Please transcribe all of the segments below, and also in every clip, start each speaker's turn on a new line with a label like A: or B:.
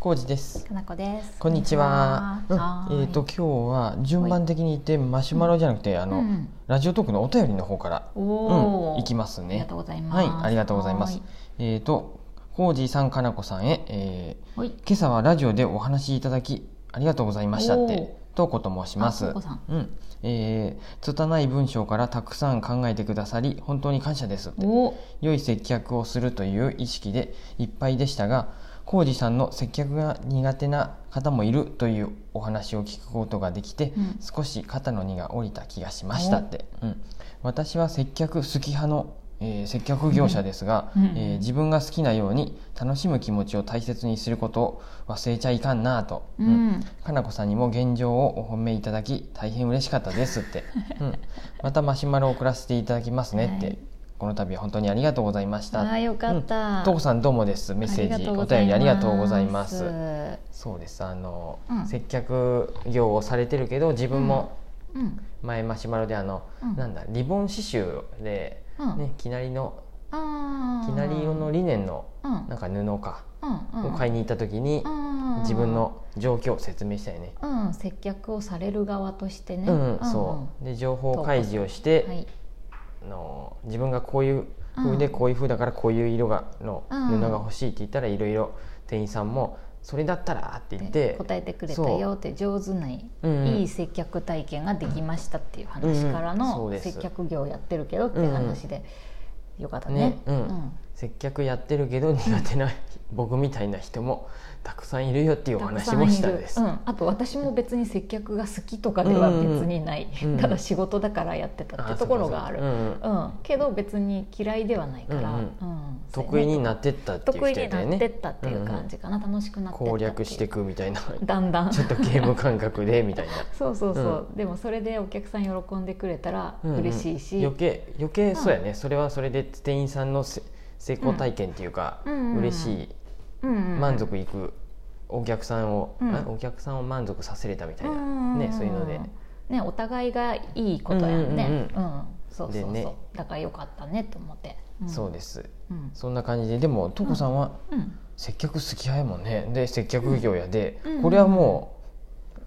A: 浩二です。
B: かなこです。
A: こんにちは。うん、えっ、と今
B: は
A: 日は順番的に言ってマシュマロじゃなくて、あ
B: ーい
A: の、
B: うん
A: ラジオトークのお便りの方から、
B: お
A: うん、
B: お、
A: 行きます
B: あり
A: ね
B: がと。うございます。
A: はい、ありがとうございます
B: は。
A: えっ、と浩二さん、かなこさんへ、えー
B: ーい。
A: 今朝はラジオでお話しいただきありがとうございましたっ
B: お
A: て
B: ー
A: とこと申します
B: あとうこさん。
A: うん、えー、拙い文章からたくさん考えてくださり本当に感謝ですって
B: おー、
A: 良い接客をするという意識でいっぱいでしたが浩二さんの接客が苦手な方もいるというお話を聞くことができて、
B: うん
A: 少し肩の荷が下りた気がしましたって、うん、私は接客好き派の、えー接客業者ですが、
B: うん
A: えー自分が好きなように楽しむ気持ちを大切にすることを忘れちゃいかんなぁと、
B: う
A: うん
B: ん、
A: かなこさんにも現状をお褒めいただき大変嬉しかったですって、うん、またマシュマロを送らせていただきますねって、
B: はい
A: この度は本当にありがとうございまし
B: あ
A: た
B: あーよかった。
A: とこさんどうもですメッセー
B: あり
A: ジお
B: がとうござい
A: 便
B: ま
A: り
B: す
A: ありがとうございます
B: う
A: そうですあの、
B: うん
A: 接客業をされてるけど自分も
B: ん、
A: 前マシュマロであの、
B: うん
A: なんだリボン刺繍で、
B: うん、
A: ね、きなりの
B: あー、
A: きなり色のリネンの
B: うん、
A: なんか布か
B: うん、
A: を買いに行った時に
B: うん
A: 自分、の状況を説明したよね
B: うん、接客をされる側としてね、
A: うん、そうで情報開示をして、
B: はい、
A: あの自分がこういう風で
B: うん
A: こういう風だからこういう色がの
B: うん
A: 布が欲しいって言ったらいろいろ店員さんも「それだったら」って言って
B: 答えてくれたよって上手ないいい接客体験ができましたっていう話から
A: うんうんそう
B: の
A: です
B: 接客業やってるけどっていう話でよかったね
A: ね。うん接客やってるけど苦手な 僕みたいな人もたくさんいるよっていうお
B: たく
A: 話
B: さん
A: も
B: いる
A: したです
B: う。ん、あと私も別に接客が好きとかでは別にない、
A: うんうん
B: ただ仕事だからやってたってところがある
A: うんうん
B: うんけど別に嫌いではないから、
A: う
B: うんん
A: 得意にな
B: っ
A: ってったっていう
B: 得意
A: 人や
B: に
A: ったよ
B: な
A: ね
B: ってったっていう感じかな、楽しくなってった
A: 攻略して
B: い
A: いくみたいな
B: うだんだん
A: ちょっとゲーム感覚でみたいな
B: そうそうそう、でもそれでお客さん喜んでくれたら
A: うんうん
B: 嬉しいし、
A: 余計余計そうやね、それはそれで店員さんのせ成功体験っていうか、
B: うんうんうん
A: 嬉しい
B: うんうん
A: 満足いくお客さんを、
B: うん
A: あお客さんを満足させれたみたいな、
B: うんうんうん
A: ねそういうので、
B: ねお互いがいいことやんね
A: う
B: うんん
A: うん
B: そうそうそう、
A: でね
B: だからよかったねと思って、
A: そう
B: で
A: です
B: うん
A: そんな感じででもトコさんは
B: うん
A: 接客好きやもんねで接客業やで、
B: うん
A: これはも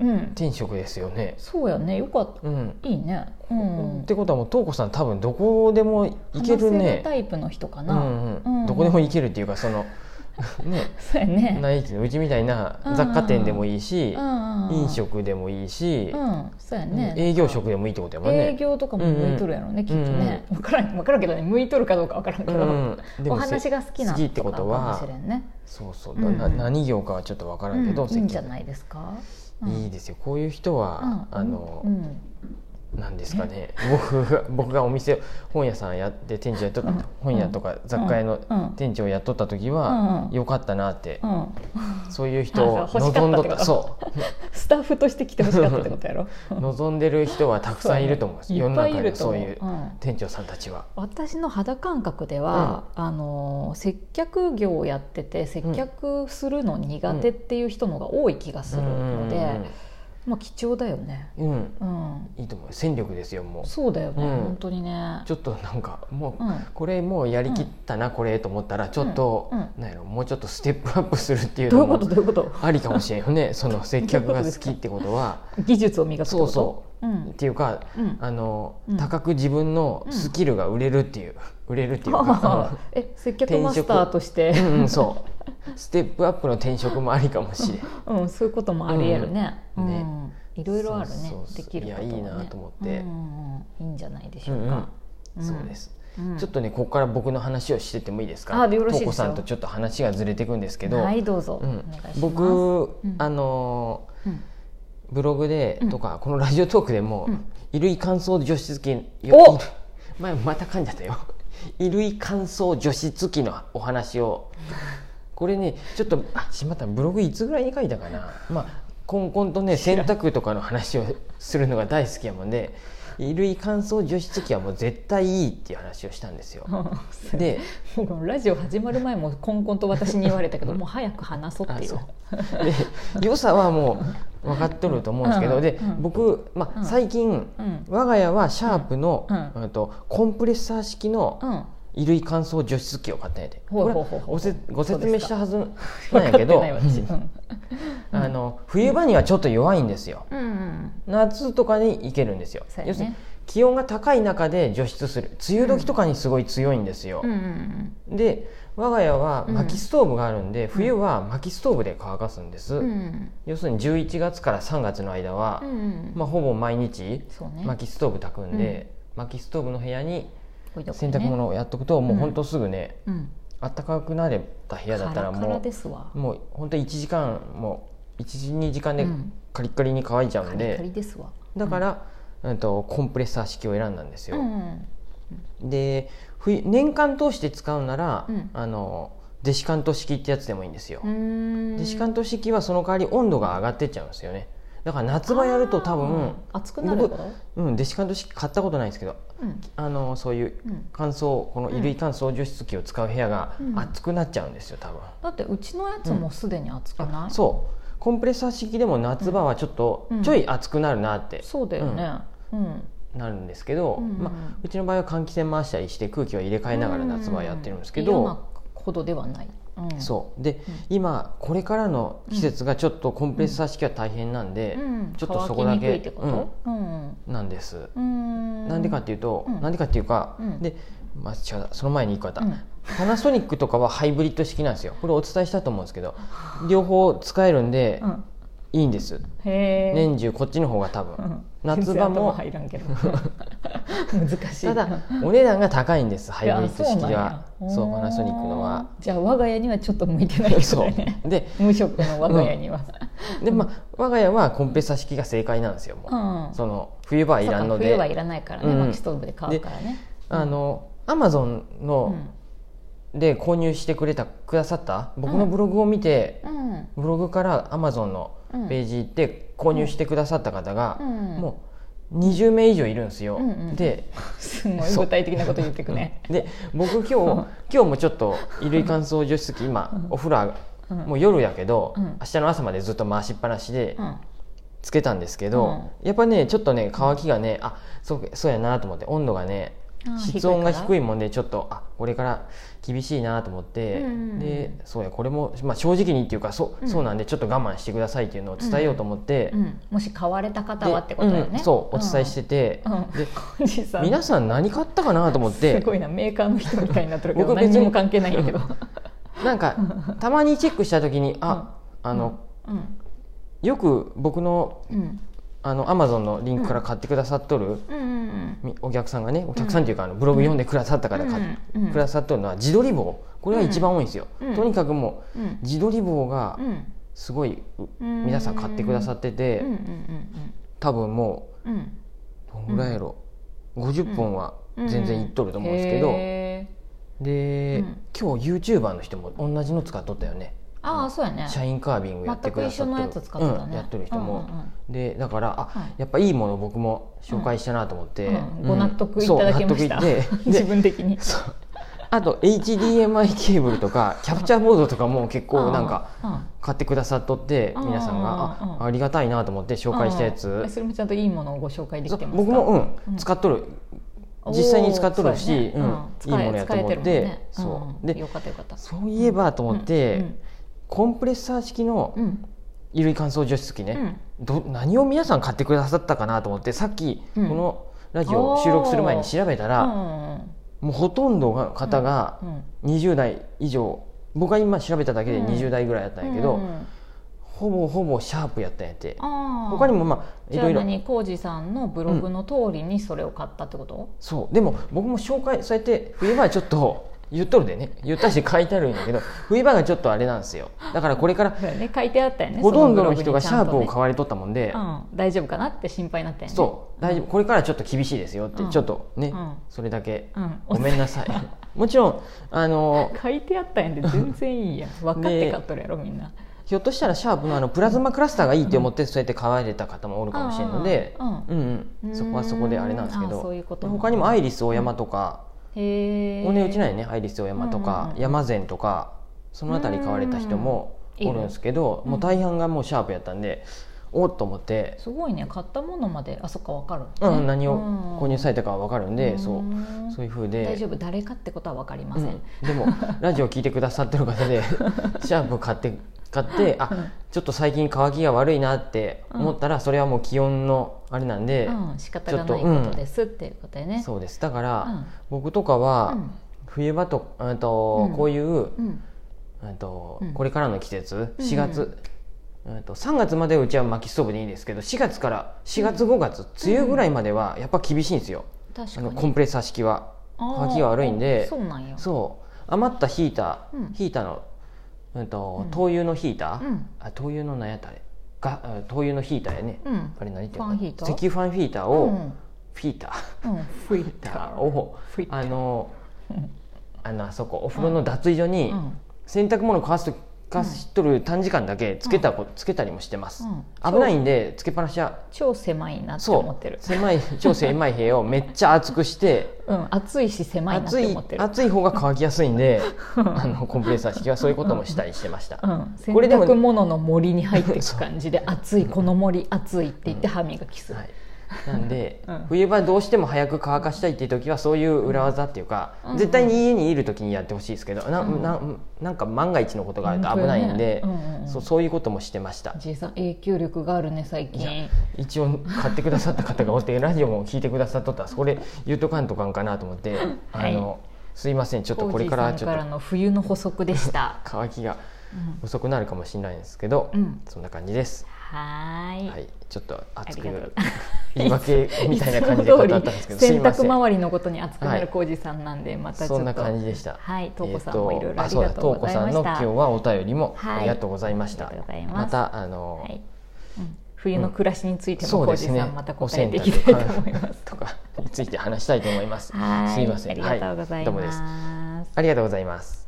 B: うん
A: う転職ですよね
B: そうやねよかった
A: うん、
B: いいねう
A: っ
B: ん
A: てことはもうトコさん多分どこでも行ける
B: 話せ
A: ね
B: るタイプの人か
A: う
B: な、
A: んうん
B: うん
A: どこでも行けるっていうかその ね
B: そうやね
A: ないけどうちみたいな
B: うん
A: 雑貨店でもいいし、
B: うんうん
A: 飲食でもいいし
B: う、んそうやね
A: 営業職でもいいってことやもんね。
B: 営業とかも向いとるやろね、きっとね、わからんわからんけどね向いとるかどうかわからんけど、
A: うんうんでも
B: お話が好きな
A: 好きって
B: 人
A: こ
B: か
A: と
B: もし
A: は
B: れんね
A: そうそう、
B: うん
A: な何業かはちょっとわから
B: うん
A: けど、
B: ん、いいんじゃ
A: 接
B: ないですか、
A: 客いいですよこういう人は、あの、
B: うん
A: なんですかね僕が僕がお店本屋さんやって店長やっとった、
B: うん
A: 本屋とか雑貨屋
B: うんう
A: の
B: ん
A: 店長やっとった時は、
B: うん
A: よかったなって
B: う、ん、
A: そういう人を
B: あそう欲しか
A: 望んど
B: ったっ
A: ってた
B: ことスタッフとして来てほしかったってことやろ
A: そう望んでる人はたくさんいると思うんです、
B: そう
A: 世
B: や
A: の
B: ね いっぱい
A: 中
B: い
A: に
B: ると
A: そう
B: 思う
A: いう
B: うん
A: 店長さんたちは。
B: 私の肌感覚では、あの接客業をやってて接客するの苦手っていう人の方が多い気がするので、まあ貴重だよね、
A: うんうんうんうん
B: うん、
A: いいと思う戦力ですよもう
B: そうだよね、
A: うん
B: 本当にね
A: ちょっとなんかもう、
B: うん
A: これもうやりきったな、これと思ったらちょっと、
B: うんうん
A: なんやろもうちょっとステップアップするっていう
B: どうい
A: の
B: うこと
A: も
B: どういうこと
A: ありかもしれんよねその接客が好きってことは
B: 技術を磨くって
A: そ
B: こ
A: う
B: と
A: そう、
B: う
A: っ
B: ん
A: ていうか
B: うん
A: あの、
B: うん
A: 高く自分のスキルが売れるっていう、売れるっていう
B: あ
A: か
B: あ、え接客マスターとして
A: うんうん、そうステップアップの転職もありかもしれん
B: うん、そういうこともありえるね。
A: う
B: うんん
A: ね
B: いろいろあるね
A: そうそうそう
B: できることも、
A: いや
B: ね、
A: いいなと思って
B: うんうんいいんじゃないでし
A: う
B: ょ
A: ん
B: う
A: う
B: か
A: ん。そうです、
B: うん。
A: ちょっとねここから僕の話をしててもいいですか
B: あでよろしいですよ
A: トウコさんとちょっと話がずれていくんですけど、
B: はいどうぞ、
A: う
B: お
A: ん
B: 願いします。
A: 僕、
B: うん
A: あのー
B: うん
A: ブログで
B: うん
A: とか、このラジオトークでも
B: うん
A: 「衣類乾燥除湿機」
B: お
A: い前また噛んじゃったよ 衣類乾燥除湿機のお話をこれねちょっとあしまったブログいつぐらいに書いたかなまあこんこんとね洗濯とかの話をするのが大好きやもんで衣類乾燥除湿機はもう絶対いいっていう話をしたんですよで
B: もうラジオ始まる前もこんこんと私に言われたけど、もう早く話そうっていう。
A: で良さはもう分かっとると思うんですけど、
B: うん
A: で
B: うん
A: 僕、ま
B: う
A: あ、
B: ん
A: 最近、
B: うん
A: 我が家はシャープの、
B: うん
A: うんとコンプレッサー式の
B: うん
A: 衣類乾燥除湿機を買ったんやで
B: ほうほう
A: これ
B: ほうほう
A: ごせご説
B: そう
A: 明
B: です
A: し
B: か
A: たはずなんや
B: 分かっ
A: け
B: て
A: ど
B: ない私うん
A: あの冬場にはちょっと弱いんですよ
B: うんうん
A: 夏とかにいけるんですよ、
B: そうやね
A: 要するに気温が高い中で除湿する梅雨時とかにすごい強いんですよ
B: うんう、ん
A: で我が家は
B: うん
A: 薪ストーブがあるんで、冬は薪ストーブで乾かすんです、
B: うんうん
A: 要するに11月から3月の間は
B: う、ん
A: まあ、ほぼ毎日
B: そうね
A: 薪ストーブ炊くんで、薪ストーブの部屋に
B: こういうとこ
A: 洗
B: ね
A: 濯物をやっとくと、もううんほんとすぐね
B: うん
A: あったかくなれた部屋だったら
B: カラカラ
A: も
B: ですわ
A: うもうほんと1時間もう12時間で
B: うん
A: カリッカリに乾いちゃう
B: カ
A: ん
B: リカ
A: で、
B: リですわ
A: だから、うん、とコンプレッサー式を選んだんです
B: う
A: よ、
B: ん
A: で冬年間通して使うなら、
B: うん
A: あのデシカント式ってやつでもいいんですよ、
B: うん
A: デシカント式はその代わり温度が上がってっちゃうんですよねだから夏場やると多分、
B: あー熱くなること
A: うん、デシカント式買ったことないんですけど
B: うん
A: あのそういう
B: うん
A: 乾燥この衣類乾燥除湿機を使う部屋が
B: うん
A: 熱くなっちゃうんですよ多分、
B: だってうちのやつもすでに熱くない、そ
A: そうコンプレッサー式でも夏場はちょっと
B: うん
A: ちょい熱くなるなって
B: うだよねうん、
A: なるんですけど、
B: うん
A: まあ、うちの場合は換気扇回したりして空気を入れ替えながら夏場はやってるんですけど、
B: 嫌なほどではない、うん、
A: そうで、今これからの季節がちょっとコンプレッサー式は大変なんで
B: う、ん、
A: ちょっとそこだけ
B: 乾きにくいってことうんうん
A: なんです、
B: うん
A: なんでかっていうと、
B: うん
A: なんでかっていうか、
B: うん
A: で、まあ、違うその前に一個あった、
B: うん
A: パナソニックとかはハイブリッド式なんですよこれお伝えしたと思うんですけど両方使えるんで
B: うん
A: いいんです、
B: へえ、
A: 年中こっちの方が多分、
B: うん
A: 夏場も
B: 全然頭入らん けど難しい
A: ただお値段が高いんですハイブリッド式
B: いや
A: は
B: そう
A: そうパ
B: なんや
A: ナソニックのは
B: う。んじゃあ我が家にはちょっと向いてないです
A: そ
B: ね
A: うで
B: 無職の我が家には、
A: で、まあ、我が家はコンプレッサー式が正解なんですよもう
B: うん
A: その冬場はいらんの
B: そうか冬
A: で
B: はいらないからね、
A: うん
B: 薪ストーブで乾くからね
A: あのアマゾン
B: う
A: の
B: ん
A: で購入してくれたくださった僕のブログを見て、
B: うん
A: ブログからアマゾンのページ行って購入してくださった方が、
B: うん
A: もう20名以上いるんですよ、
B: うんうん
A: です
B: ごい
A: そう
B: 具体的なこと言ってく ね
A: で僕今日今日もちょっと衣類乾燥除湿機今お風呂上が
B: うん
A: もう夜やけど、
B: うん
A: 明日の朝までずっと回しっぱなしで
B: うん
A: つけたんですけど、やっぱねちょっとね乾きがねあそうそうやなと思って温度がね
B: あー
A: 室温が低
B: い
A: いもんでちょっとあこれから厳しいなと思って、
B: うんうんうん
A: でそうやこれも、まあ、正直にっていうかそう,、
B: うん
A: そうなんでちょっと我慢してくださいっていうのを伝えようと思って、
B: から、うん、もし買われた
A: で
B: 方はってことだよね、
A: うんそうお伝えしてて、
B: うん、うん
A: で
B: おじさん
A: 皆さん何買ったかなと思っ
B: す
A: て
B: ごいなメーカーの人みたいになってるけど
A: 僕別に
B: 何にも関係ないんやけど、
A: なんかたまにチェックした時にあ、あの
B: うん
A: よく僕の
B: うん
A: あのアマゾンのリンクから買ってくださっとる、
B: うんうん
A: みお客さんがねお客さんっていうかあのブログ読んでくださった方が買っ
B: うんうん
A: くださっとるのは自撮り棒これが一番多いんですよ、
B: うん
A: とにかくも
B: うんうん
A: う自撮り棒が
B: うん
A: すごい、う
B: うん
A: 皆さん買ってくださってて、
B: うんうんうん
A: 多分も
B: うんうん
A: うどんぐらいやろ、50本は全然いっとると思うんですけど、
B: へー
A: で、
B: うん
A: 今日 YouTuber の人も同じの使っとったよね
B: ああそうやね
A: シャインカービングやって
B: 全
A: く
B: く
A: だ
B: 一
A: さ
B: 緒
A: っ
B: の
A: て
B: や
A: る
B: つ使ってたね、
A: うんやってる人も、
B: うんうんうん
A: でだからあ、
B: はい
A: やっぱいいもの僕も紹介したなと思って、
B: うん
A: うん
B: ご納得いただけました、
A: そう納得い って
B: 自
A: で
B: 分的に
A: そうあと HDMI ケーブルと かキャプチャーボードとかも結構なんか
B: か
A: 買ってくださっとって
B: うん
A: 皆さんが
B: うんうんう
A: あ
B: ん
A: ありがたいなと思って紹介したやつ
B: それもちゃんといいものをご紹介で
A: そ
B: き
A: う
B: てます
A: 僕
B: か
A: もうん
B: うん
A: 使っとる
B: おー
A: 実際に使っとるし
B: そ
A: う
B: うやね
A: ん
B: 使え
A: いいものやと思って
B: 使えるもんね
A: そうんで
B: よかったよかった
A: そういえばと思って、コンプレッサー式の
B: うんうん
A: 衣類乾燥除湿機
B: う
A: ね、
B: ん
A: ど何を皆さん買ってくださったかなと思ってさっきこ
B: うん
A: のラジオ収録する前に調べた
B: う
A: ら、
B: ん
A: もうほとんどが方が
B: うん
A: 20代以上僕が今調べただけで
B: うん
A: 20代ぐらいやったんやけど、
B: うん
A: ほぼほぼシャープやったんやって
B: あー
A: 他にもまあい
B: じゃあ
A: ろいろ
B: 何浩二さんのブログの通りにそれを買ったってこと、
A: そうでも僕も紹介そうやって冬場はちょっと言っとるでね言ったし書いてあるんやけど 冬場がちょっとあれなんですよだからこれから
B: そうやね書いてあったよね
A: ほとんどの人がシ
B: その
A: ャ
B: ブ
A: ープ
B: ログ
A: を
B: にち
A: 買われとったもんで
B: ゃんと、ねうん、大丈夫かなって心配になったよね
A: そう大丈夫これからちょっと厳しいですよって
B: うん
A: ちょっとね
B: うん
A: それだけ
B: うん、うん、
A: ごめんなさい もちろんあの
B: 書いてあったんやで全然いいやん分かって買っとるやろみんな
A: ひょっとしたらシャープのあのプラズマクラスターがいいって思ってそうやって買われた方もおるかもしれんので
B: あー
A: うんうんそこはそこであれなんですけ
B: うーんあーそういう
A: ど
B: こと
A: で他にもアイリスオーヤマとか
B: へえ
A: お値打ちないねアイリスオーヤマと
B: うんうん
A: か
B: うん
A: ヤマゼンとかそのあたり買われた人も
B: うん
A: おるんですけど
B: いいね
A: もう大半がもうシャープやったんでおっと思って、
B: すごいね買ったものまであそっか分かる
A: う
B: のね、
A: ん、何を
B: うん
A: 購入されたかは分かるんで、そう
B: うん
A: そういうふうで
B: 大丈夫誰かってことは分かりま
A: う
B: せん、
A: ん、で もラジオ聞いてくださってる方でシャンプー買って買ってあ、
B: うん
A: ちょっと最近乾きが悪いなって思ったら、それはもう気温のあれなんで、
B: うん、仕方がないことですっていうことでね。
A: そうですだか
B: う
A: ら、
B: ん
A: 僕とかは、
B: うん
A: 冬場とあと、
B: うん
A: こういう
B: うん
A: あと、
B: うん
A: これからの季節
B: うん
A: 4月、あと3月まではうちは薪ストーブでいいんですけど4月から4月5月、梅雨ぐらいまではやっぱ厳しいんですよ、
B: 確
A: あ
B: か
A: の
B: に
A: コンプレッサー式は。
B: あー
A: 鍵が悪いんで
B: そうなんよ
A: そう余ったヒーター、
B: うん
A: ヒーターの、うんと
B: うん
A: 灯油のヒーター、
B: うん
A: あ灯油の何やったあれがあ灯油のヒーターやね、
B: うん
A: あれ何っていうの
B: ファンヒーター
A: 石油ファンヒーター
B: う
A: を、
B: ん
A: フィーター
B: うんフィータ
A: ター
B: ー
A: を
B: フィーター
A: あの
B: うん
A: あのあそこお風呂の脱衣所に
B: うん
A: 洗濯物乾す乾しとる短時間だけつけたこ、つけたりもしてます、
B: うん
A: 危ないんでつけっぱなしは
B: 超狭いなって
A: そ
B: 思っ
A: う
B: てる
A: 狭い超狭い部屋をめっちゃ熱く して
B: うん暑いし狭いなっ
A: 暑
B: て
A: い
B: 思ってる
A: 暑い方が乾きやすいんであのコンプレッサー式はそういうこともしたりしてました、
B: うん洗
A: これでも
B: 濯物の森に入っていく 感じで暑いこの森暑いって言って歯磨きする
A: はい、なんで、
B: うん
A: 冬場どうしても早く乾かしたいっていう時はそういう裏技っていうか、
B: うん
A: 絶対に家にいる時にやってほしいですけどな,、
B: うん
A: ななんか万が一のことがあると危ないんで、
B: 本当よねうんうん
A: そうそういうこともしてました
B: じいさん永久力があるね最
A: いや
B: 近
A: 一応買ってくださった方がおってラジオも聞いてくださっとったらそれ言うとかんとかんかなと思って、
B: はい
A: あのすいませんちょっとこれか
B: コ
A: ら
B: ージ
A: ち
B: ー
A: ょ
B: さん
A: っ
B: か
A: と
B: らの冬の補足でした
A: 乾きが遅くなるかもしれないんですけど、
B: うん
A: そんな感じです。
B: はーい
A: はい、ちょっと熱
B: あ
A: く
B: りがとう
A: 言い訳みたいな感じで語ったんですけ ど、
B: いつ
A: す
B: も通
A: い
B: り
A: ませ
B: 洗濯
A: ん。
B: 周りのことに熱くな
A: は
B: る
A: い
B: 浩二さんなんで、またちょっと
A: そんな感じでした。
B: はい、とうこさん
A: え
B: も
A: ー
B: いろいろありがとうございま
A: あそうだとうこさん
B: し
A: の
B: た。
A: 今日はお便りも
B: はい
A: ありがとうございました。
B: ありがとうございます
A: またあの、
B: はいうん冬の暮らしについて
A: そ
B: も
A: う
B: 浩
A: で
B: 二
A: す
B: さん、
A: ね。
B: また
A: お
B: 答え
A: 洗
B: ていきたい
A: 濯
B: と思 います。
A: と かについて話したいと思います。
B: はい、
A: すいません。
B: ありがとうござい
A: はどうもです。
B: ます。
A: ありがとうございます。